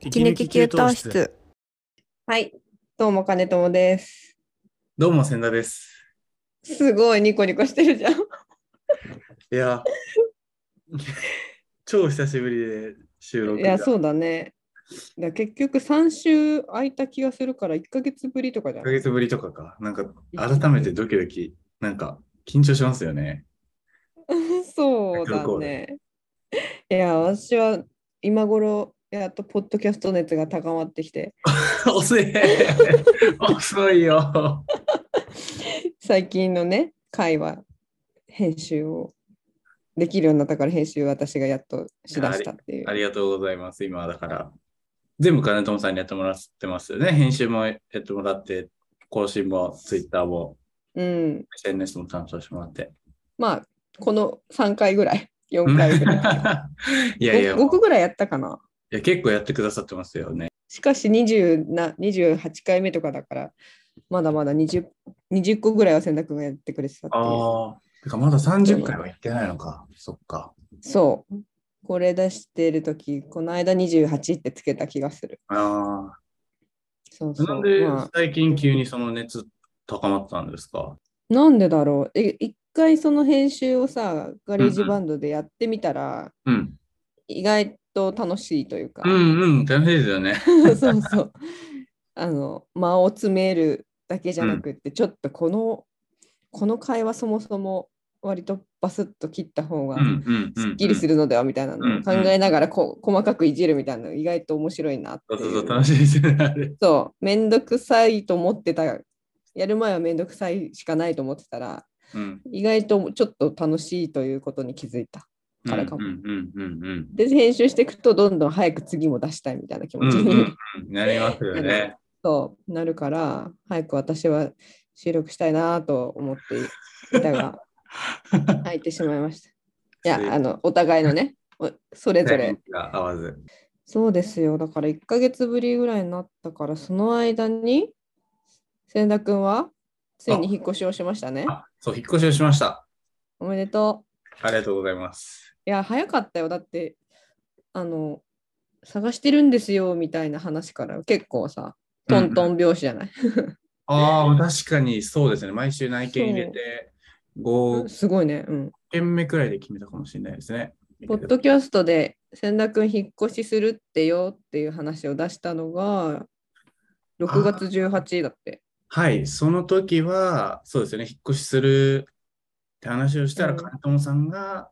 息抜き給湯室。はい、どうも金友です。どうも、千田です。すごいニコニコしてるじゃん。いや、超久しぶりで収録いが。や、そうだね。だから結局3週空いた気がするから1ヶ月ぶりとかじゃ1んヶ。月ぶりとかか。なんか、改めてドキドキ、なんか、緊張しますよね。 そうだね。いや、私は今頃やっとポッドキャスト熱が高まってきて、遅い 遅いよ。最近のね、会話、編集をできるようになったから編集を私がやっとしだしたっていうあ。りがとうございます。今はだから、全部金友さんにやってもらってますよね。編集もやってもらって、更新も、ツイッターも、うん。 SNS も担当してもらって。 まあ、この3回ぐらい、4回ぐらい。いやいや、 5, 個いぐらいやったかな。や結構やってくださってますよね。しかし20な28回目とかだから、まだまだ 20, 20個ぐらいは千田君がやってくれてたっていう。ああ。てかまだ30回は行ってないのか。そっか。そう。これ出してるとき、この間28ってつけた気がする。あそうあ。そう。なんでま最近急にその熱高まったんですかあ、なんでだろう。え一回その編集をさ、ガレージバンドでやってみたら、うん。意外と楽しいというかう、んうん。楽しいです よね。そうそう。あの、間を詰めるだけじゃなくって、ちょっとこの、この会話そもそも割とバスッと切った方がうんうんうん。すっきりする。るのではみたいなうんのうをん考えながらこう細かくいじるみたいなの意外と面白いなってそうそういそう。う。楽しいですよね。あれそう、めんどくさいと思ってた。やる前はめんどくさいしかないと思ってたら、うん。意外とちょっと楽しいということに気づいた。からかもうんうんうん うんで、編集していくとどんどん早く次も出したいみたいな気うん。う持んちに、うんうん。なりますよ ね。そうなるから、早く私は収録したいなと思っていた が、空いてしまいました。いや、あの、お互いのね、おそれぞれタイミングが合わず。そうですよ。だから1ヶ月ぶりぐらいになったから、その間に、千田君はついに引っ越しをしましたね。あ、そう、引っ越しをしました。おめでとありがとうございます。う。いや、早かったよ。だって、あの、探してるんですよみたいな話から結構さ、トントン拍子じゃない、ああ、確かにそうですね。毎週内見入れて、5すごいね。うん。件目くらいで決めたかもしれないですね。ポッドキャストで千田君引っ越しするってよっていう話を出したのが、6月18だって。はい、その時は、そうですよね、引っ越しするって話をしたうら、ん金友さんが、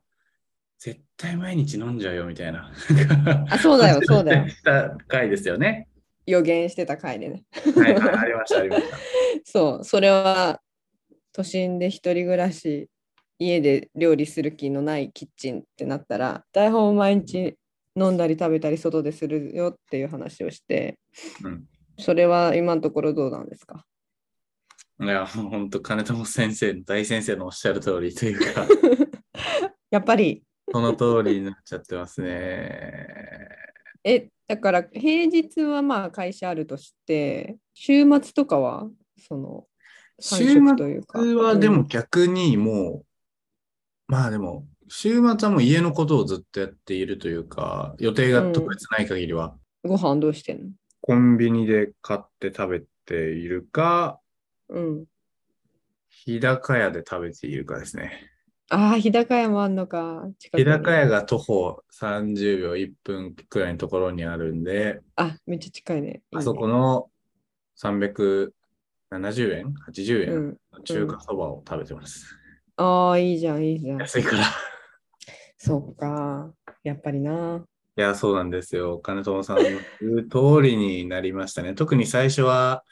絶対毎日飲んじゃうよみたいな。 あ、そうだ よ、そうだ よ。した回ですよね。予言してた回でね。はい、はいありました、ありました。そう、それは都心で一人暮らし、家で料理する気のないキッチンってなったら、台本を毎日飲んだり食べたり外でするよっていう話をして、うんそれは今のところどうなんですかいや、もう本当、金友先生、大先生のおっしゃる通りというか、 やっぱり、その通りになっちゃってますね。え、だから平日はまあ会社あるとして、週末とかはその週3食というか。末はでうもん逆にもう、まあでも、週末はもう家のことをずっとやっているというか、予定が特別ない限りは、ご飯どうしてんのコンビニで買って食べているか、うん。日高屋で食べているかですね。ああ、日高屋もあんのか。近くに日高屋が徒歩30秒1分くらいのところにあるんで、あ、めっちゃ近いね。いいねあそこの370円 ?80 う円ん、の中華そばを食べてます。ああ、いいじゃん、いいじゃん。安いから。い そうか。やっぱりな。や、そうなんですよ。金友さんの言う通りになりましたね。特に最初は、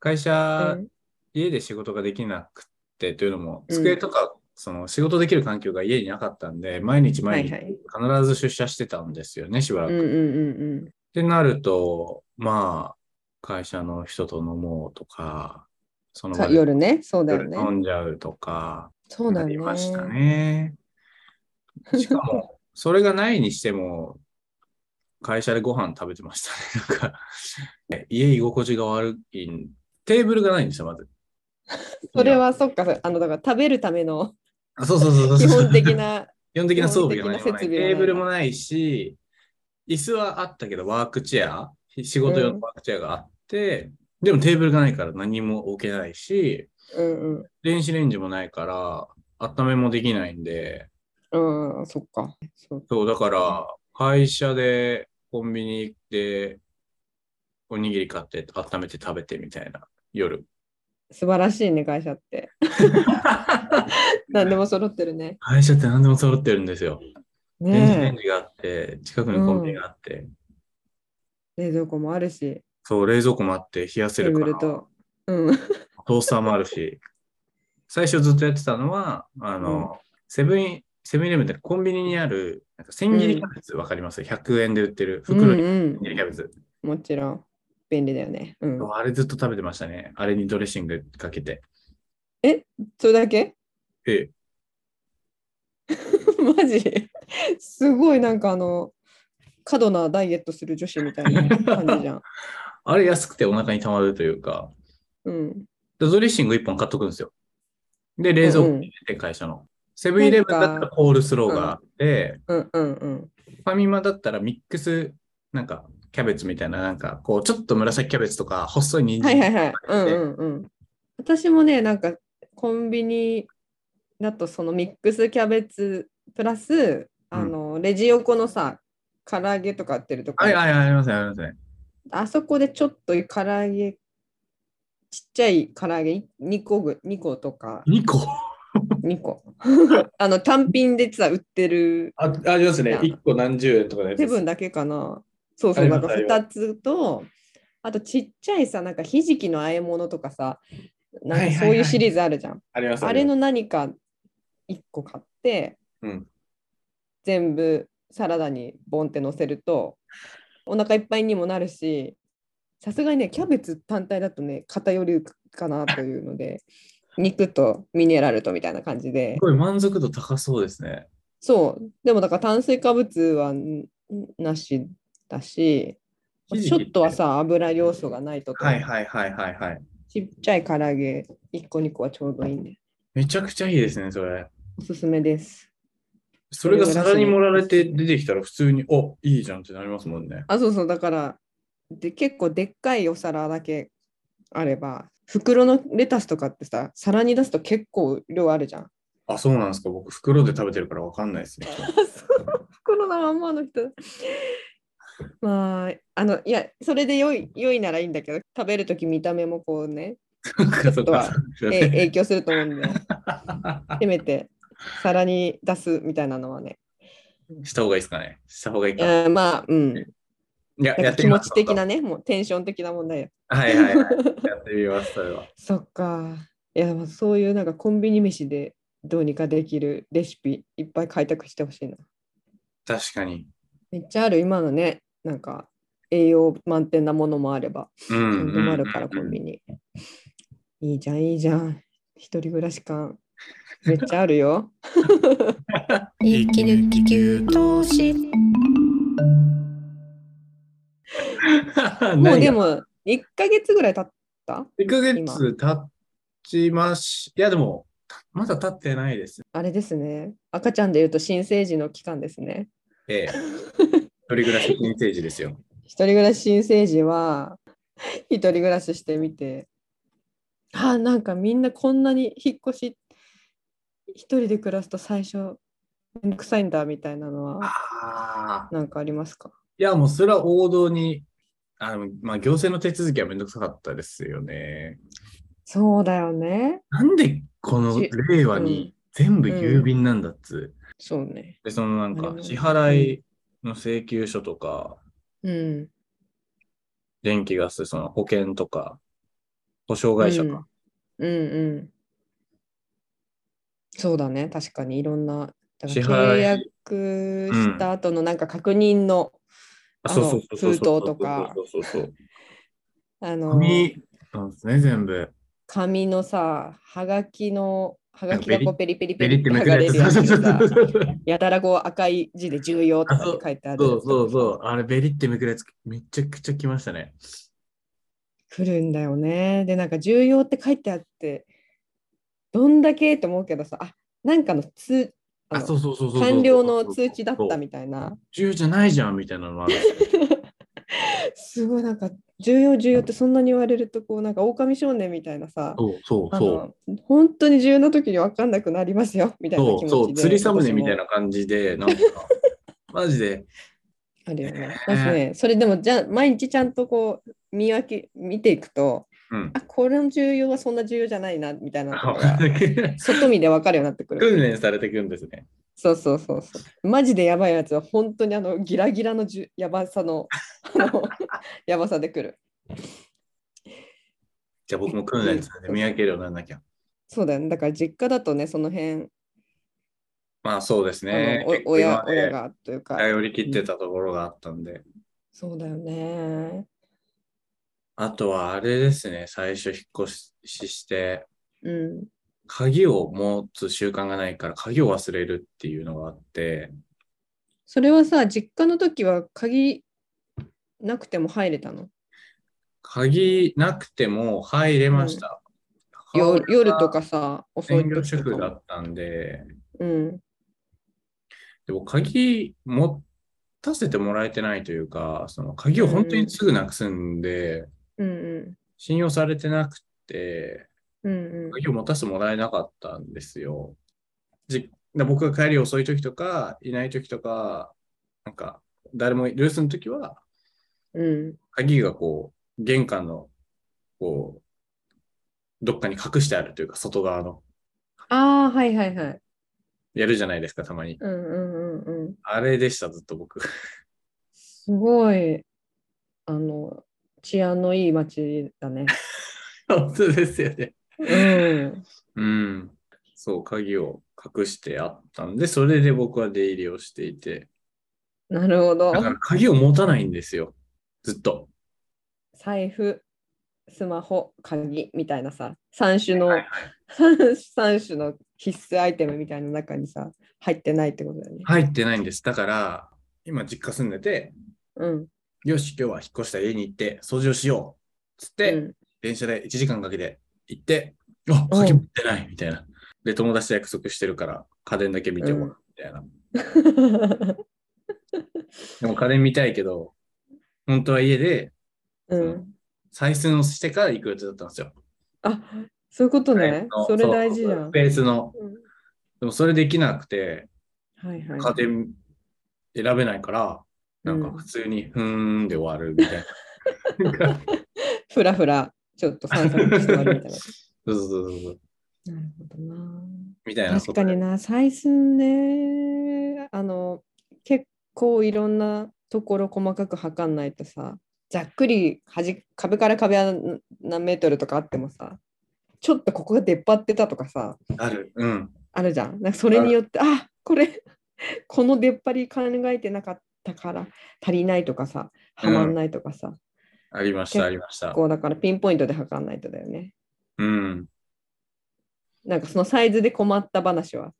会社、うん家で仕事ができなくてというのも、うん机とか、その仕事できる環境が家になかったんで、毎日は毎い日は必い。ず出社してたんですよね、しばらうんく。うんっうんてなると、まあ、会社の人と飲もうとか、そのうん。さ場で夜ね、そうだよ夜ね。飲んじゃうとか、そうだなよりましたね。ね。しかも、それがないにしても、会社でご飯食べてましたね。な んか、家居心地が悪いん。テーブルがないんですよ、まず。それはそっか、あのだから食べるため のあ。そうそうそうそう基そう本的な。 基本的な装備が何も基本ない。的な設備がないテーブルもないし、椅子はあったけど、ワークチェア仕事用のワークチェアがあって、でもテーブルがないから何も置けないし、うん電子レンジもないから、温めもできないんで、うん。ああ、そっか。そうそう、だから、会社でコンビニ行って、おにぎり買って温めて食べてみたいな、 夜。素晴らしいね、会社って。何でも揃ってるね。会社って何でも揃ってるんですよ。電子レンねジがあって、近くにコンビニがあって、え、冷蔵庫もあるし、そう、冷蔵庫もあって冷やせテーるかブルら、トと。うん。ースターもあるし、最初ずっとやってたのは、あの、セブン、セブンイレブンってコンビニにある、なんか千切りキャベツわかります ?100 円で売ってる袋うんにうん千切りキャベツ。もちろん、便利だよね。うん。あれずっと食べてましたね。あれにドレッシングかけて。それだけ えマジすごいなんかあの、過度なダイエットする女子みたいな感じじゃん。あれ安くてお腹に溜まるというか、うん。でドレッシング1本買っとくんですよ。で、冷蔵庫に入れて会社の。セブンイレブンだったらコールスローがあって、うんうんうん。ファミマだったらミックス、なんか、キャベツみたいな、なんか、こう、ちょっと紫キャベツとか、細い人はい参、はいはい。うんうんうん。私もね、なんかコンビニだとそのミックスキャベツプラス、あの、レジ横のさ、唐揚げとか売ってるとこ、はいはいはい、ありますね、ありますね。あそこでちょっと唐揚げ、ちっちゃい唐揚げ2個ぐ、2個とか、 2個2個。 あの、単品でさ、売ってるあありますね一個何十円とかのやセブンだけかな。そうそあう、りなまんすか2つと、あとちっちゃいさ、なんかひじきの和え物とかさ、なはいんはいかはいそういうシリーズあるじゃん。ありまあれ、の何か1個買って、うん全部サラダにボンって乗せると、お腹いっぱいにもなるし、さすがにね、キャベツ単体だとね、偏るかなというの で、肉とミネラルとみたいな感じで。すごい満足度高そうですね。そう、でもだから炭水化物はんなしだし、ひじちきっょてっとはさ、油要素がないとか、はいはいはいはいはい。ちっちゃい唐揚げ1個2個はちょうどいいね。めちゃくちゃいいですね、それ。おすすめです。それが皿に盛られて出てきたら普通に、おいいじゃんってなりますもんね。あ、そうそう、だからで結構でっかいお皿だけあれば、袋のレタスとかってさ、皿に出すと結構量あるじゃん。あ、そうなんですか。僕、袋で食べてるからわかんないで すね。袋のまんまの人。まあ、あの、いや、それで良い良いならいいんだけど、食べるとき見た目もこうね、そっかそっか。え 影響すると思うんで、せめて皿に出すみたいなのはね、 した方がいいですかね。した方がいいかな。えーまあ、うん、なんいや、やかって気み持ますち的なね、もうテンション的な問題よ。はいはいはい。やってみます、それは。そっか。いや、でもそういうなんかコンビニ飯でどうにかできるレシピいっぱい開拓してほしいな。確かに。めっちゃある、今のね、なんか栄養満点なものもあれば、うんちゃんともあうんるからコンビニ。いいじゃん、いいじゃん。一人暮らし感。めっちゃある よ。息抜き給湯室もううん 何でがも、1ヶ月ぐらい経った1ヶ月経ちまし、いやでも、たまだ経ってないです。あれですね。赤ちゃんでいうと新生児の期間ですね。ええ。一人暮らし新生児ですよ。一人暮らし新生児は一人暮らししてみて、あーなんかみんなこんなに引っ越し一人で暮らすと最初めんどくさいんだみたいなのはああ。なんかありますかいや、もうそれは王道に、あの、まあ、行政の手続きはめんどくさかったですよね。そうだよね。なんでこのし令和に全部郵便なんだっつう。そうね。で、そのなんあかれも支払いの請求書とか、うん。電気ガス、その保険とか、保証会社か。うんうん。そうだね。確かにいろんな。だ支か払ら契い約した後のなんか確認の、ああそうそうそうそう。封筒とかそうそうそうそう。あの紙なんですね、全部。紙のさ、はがきの、はがきなんがかこうペリペリペベリリっっ剥ててめくがるれやるつ。やそつうそうがそう さそうやたらこう赤い字で重要とかって書いてある。そうそうそう。あれ、ベリってめくるやつ、めちゃくちゃ来ましたね。来るんだよね。で、なんか重要って書いてあって、どんだけって思うけどさ、あなんかの通、ああ、のそうそうそうそう。完了の通知だっそうたみたいな。重要じゃないじゃん、みたいなのもあるし。すごいなんか重要重要ってそんなに言われるとこうなんか狼少年みたいなさそうそうあそう。の本当に重要な時に分かんなくなりますよみたいな気持そちでうそう、釣りサムネみたいなな感じで、なんか、マジで、あるよねまずねそれでもじゃあ毎日ちゃんとこう見分け見ていくとうん。あこれの重要はそんな重要じゃないなみたいなとこ が訓外見で分かるようになってくる練されていくんですね。そうそうそうそう。マジでやばいやつは本当にあのギラギラのじゅやばさ のあのやばさで来る。じゃあ僕も訓練されて見分けるようにならなきゃ。そうだよね。だから実家だとね、その辺、まあそうですね。あの結お構親今まで親がというか、頼り切ってたところがあったんで。そうだよね。あとはあれですね、最初引っ越しして、うん。鍵を持つ習慣がないから鍵を忘れるっていうのがあって、それはさ、実家の時は鍵なくても入れたの鍵なくても入れました。夜夜とかかさ、遅い専時業主と婦だかも。ったんで、うん。でも鍵持たせてもらえてないというか、その鍵を本当にすぐなくすんで、うんう信用されてなくて、ん。うんうん。鍵を持たせてもらえなかったんですよ。じで僕が帰り遅い時とか、いない時とか、なんか、誰も留守の時は、うん鍵がこう、玄関の、こう、どっかに隠してあるというか、外側の、ああ、はいはいはい。やるじゃないですか、たまに。うんうんうんうん。あれでした、ずっと僕。 すごい、あの、治安のいい街だ ね。本当ですよね。うん。うん。そう、鍵を隠してあったんで、それで僕は出入りをしていて、なるほどだ。から鍵を持たないんですよ、ずっと。財布、スマホ、鍵みたいなさ、三種のはいは、 三種の必須アイテムみたいな中にさ、入ってないってことだよね。入ってないんです。だから、今実家住んでて、うん。よし、今日は引っ越した家に行って、掃除をしよう。つって、うん電車で1時間かけて行って、あ、鍵持ってないみたいな。で、友達と約束してるから、家電だけ見てもらうみたいな。でも家電見たいけど、本当は家で うん。採寸をしてから行く予定だったんですよ。あ、そういうことね。あのそれ大事じゃそうそうんス。ペースの。うんでもそれできなくて、はいはい。家電選べないから、なんかうん普通に、ふーんで終わるみたいな。なん かふらふら、ちょっと散策して終わるみたいそうそうそう そう。な。なるほどな。みたいなこと確かにな、採寸ね、あの、結構いろんなところ細かく測んないとさ、ざっくり端壁から壁は何メートルとかあってもさ、ちょっとここが出っ張ってたとかさ、ある。うん。あるじゃん。なんかそれによって、あこれ、この出っ張り考えてなかったから足りないとかさ、はまんないとかさ、ありま結した、構ありました。こうだからピンポイントで測んないとだよね。うん。なんかそのサイズで困った話は。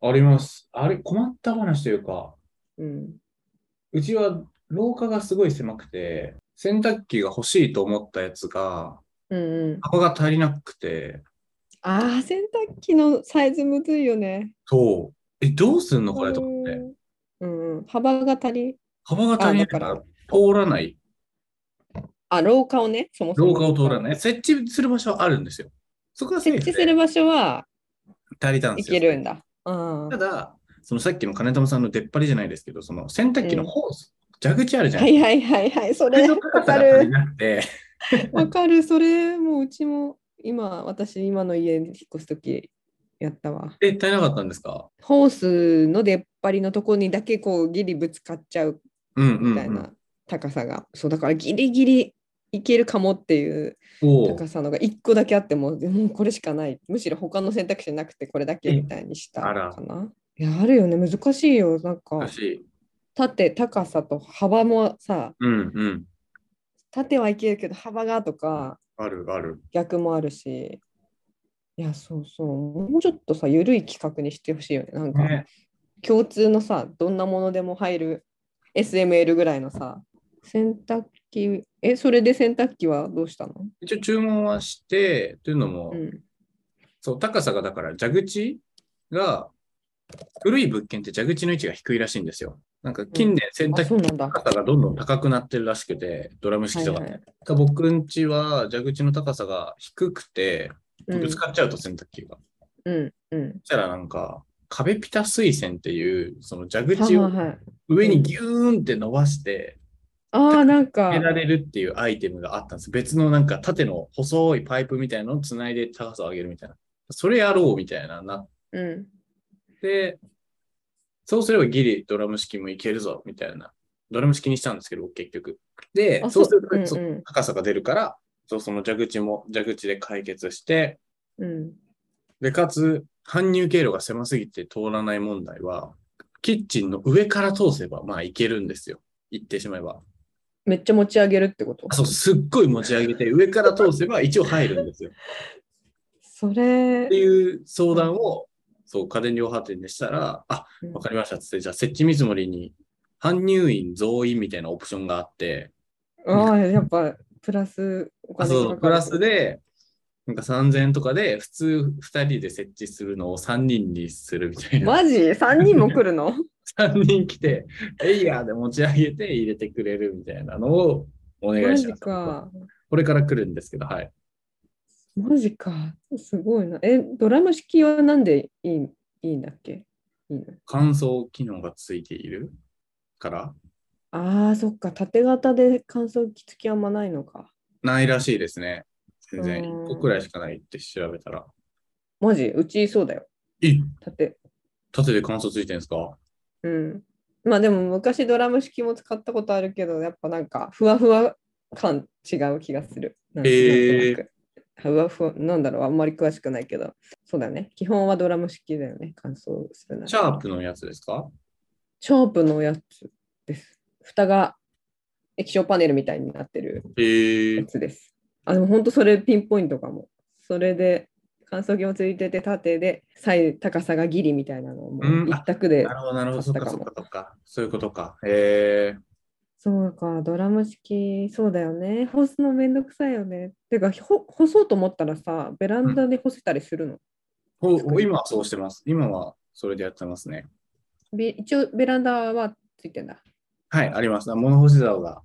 あります。あれ、困った話というか、うん。うちは廊下がすごい狭くて、洗濯機が欲しいと思ったやつが、うんうん。箱が足りなくて、ああ、洗濯機のサイズむずいよね。そう。え、どうすんのこれと思って。うんうん、幅が足り、幅が足りないかあらだ通らない。あ、廊下をね、そもそも。廊下を通らない。設置する場所はあるんですよ。そこはセ設ーフ置でする場所は足りたんでいすよ。けるんだ。うん、はただ、そのさっきの金玉さんの出っ張りじゃないですけど、その洗濯機のホース、蛇口あるじゃないいはいはいはい、そあれれ、のわ高かさが足りる。なくて、わかる、それ、もううちも、今、私、今の家に引っ越すときやったわ。え、足りなかったんですかホースの出っ張りのとこにだけ、こう、ギリぶつかっちゃううんうん、うん。みたいな高さが。そう、だから、ギリギリいけるかもっていうおう高さのが1個だけあってももうこれしかないむしろ他の選択肢なくてこれだけみたいにしたあらかないやあるよね難しいよなんか難しい。縦高さと幅もさうんうん。縦はいけるけど幅がとかあるある。逆もあるしいやそうそうもうちょっとさ緩い企画にしてほしいよねなんか、ね、共通のさどんなものでも入る SML ぐらいのさ洗濯機えそれで洗濯機はどうしたの一応注文はして、というのも、うんそう、高さがだから蛇口が古い物件って蛇口の位置が低いらしいんですよ。なんか近年洗あ濯機そうなんだ。高さがどんどん高くなってるらしくて、ドラム式とかね。ただ僕んちは蛇口の高さが低くて、うんぶつかっちゃうと洗濯機が。うんうん。そしたらなんか、壁ピタ水栓っていう、そのは蛇い口はをいはい。上にギューンって伸ばして、ああ、なんか上げ、られるっていうアイテムがあったんです。別のなんか縦の細いパイプみたいなのを繋いで高さを上げるみたいな。それやろうみたいななっうん。で、そうすればギリドラム式もいけるぞ、みたいな。ドラム式にしたんですけど、結局。で、あそうすると、そそううんうん高さが出るから、そうその蛇口も蛇口で解決して、うん。で、かつ、搬入経路が狭すぎて通らない問題は、キッチンの上から通せば、まあ、いけるんですよ。行ってしまえば。めっちゃ持ち上げるってことあそう、すっごい持ち上げて、上から通せば一応入るんですよ。それって、いう相談を、そう、家電量販店でしたら、あ、わかりましたっつって、じゃあ設置見積もりに、搬入員増員みたいなオプションがあって、ああ、やっぱ、プラスお金がかあかそるう、プラス、で、なんか3000円とかで、普通2人で設置するのを3人にするみたいな。マジ ?3 人も来るの3人来て、エイヤーで持ち上げて入れてくれるみたいなのをお願マいしジます。か。これから来るんですけど、はい。マジか。すごいな。え、ドラム式はなんでいいいいんだっけいいの乾燥機能がついているから、ああ、そっか。縦型で乾燥機付きあんまないのか。ないらしいですね。全然うん1個くらいしかないって調べたら。マジうちそうだよ。え、縦。縦で乾燥ついてるんですかうん。まあでも昔ドラム式も使ったことあるけど、やっぱなんかふわふわ感違う気がする。なんかへなんーとなくふわふわ、なんだろう、あんまり詳しくないけど、そうだね。基本はドラム式だよね、乾燥するなら。シャープのやつですかシャープのやつです。蓋が液晶パネルみたいになってるええやつです。あ、でも本当それピンポイントかも。それで乾燥機もついてて縦で最高さがギリみたいなのをもううんあ一択でなるほど、なるほど、そっか買そったっかもかそっか。そういうことか。えそうか、ドラム式、そうだよね。干すのめんどくさいよね。てか、ほ干そうと思ったらさ、ベランダで干せたりするの。えー。今はそうしてます。今はそれでやってますね。べ一応、ベランダはついてんだ。はい、あります。物干し竿が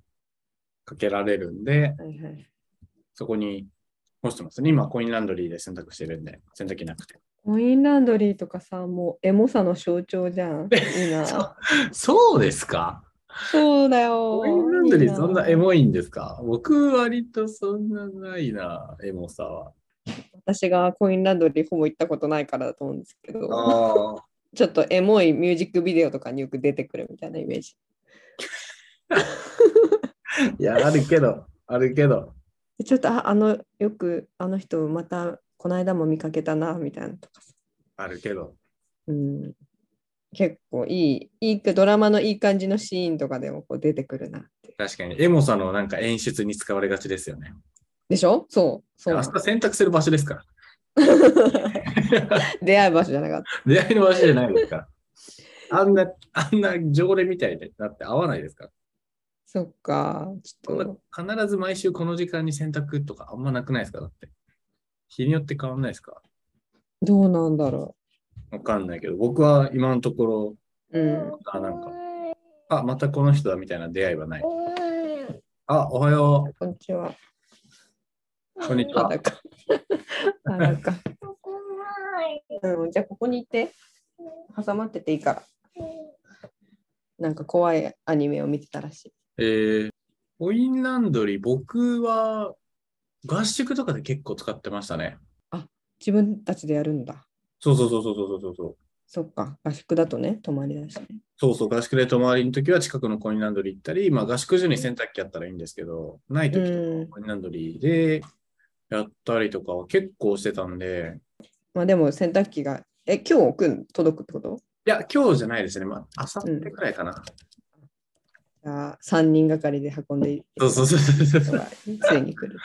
かけられるんで、はいはい。そこに干してますね。今、コインランドリーで洗濯してるんで、洗濯機なくて。コインランドリーとかさ、もうエモさの象徴じゃん。いい な。そうですかそうだよ。コインランドリいいーそんなエモいんですか僕、割とそんなないな、エモさは。私がコインランドリーほぼ行ったことないからだと思うんですけど、ああ。ちょっとエモいミュージックビデオとかによく出てくるみたいなイメージ。いや、あるけど、あるけど。ちょっと、あ、あの、よくあの人、またこの間も見かけたな、みたいなとかさ。あるけど。うん、結構いい、いいドラマのいい感じのシーンとかでもこう出てくるなって。確かに、エモさのなんか演出に使われがちですよね。でしょそう、そう明 な日選択する場所ですから。 の。出会う場所じゃなかっ出会いの場所じゃないですから。 あんな、あんな条例みたいで、だって合わないですから。た。そっか、ちそょんっと。な必ず毎週この時間に選択とかあんまなくないですかだって。日によって変わんないですかどうなんだろわかんないけど、僕は今のところ、う。うん。あ、なんか、あ、またこの人だみたいな出会いはない。あ、おはよこんにちは。う。こんにちは。裸。裸。うん、じゃあ、ここにいて。挟まってていいから。なんか怖いアニメを見てたらしい。えー、コインランドリー、僕は合宿とかで結構使ってましたね。自分たちでやるんだ。そうそうそうそうそうそうそう。そっか、合宿だとね、泊まりだしね。そうそう、合宿で泊まりの時は近くのコインランドリー行ったり、まあ合宿所に洗濯機あったらいいんですけど、ない時とかうんコインランドリーでやったりとかは結構してたんで、まあでも洗濯機が、え、今日送ん届くってこといや、今日じゃないですね、まあ、あさってくらいかな。じゃあ3人がかりで運んでいそうそうそうそうそう。ついに来る。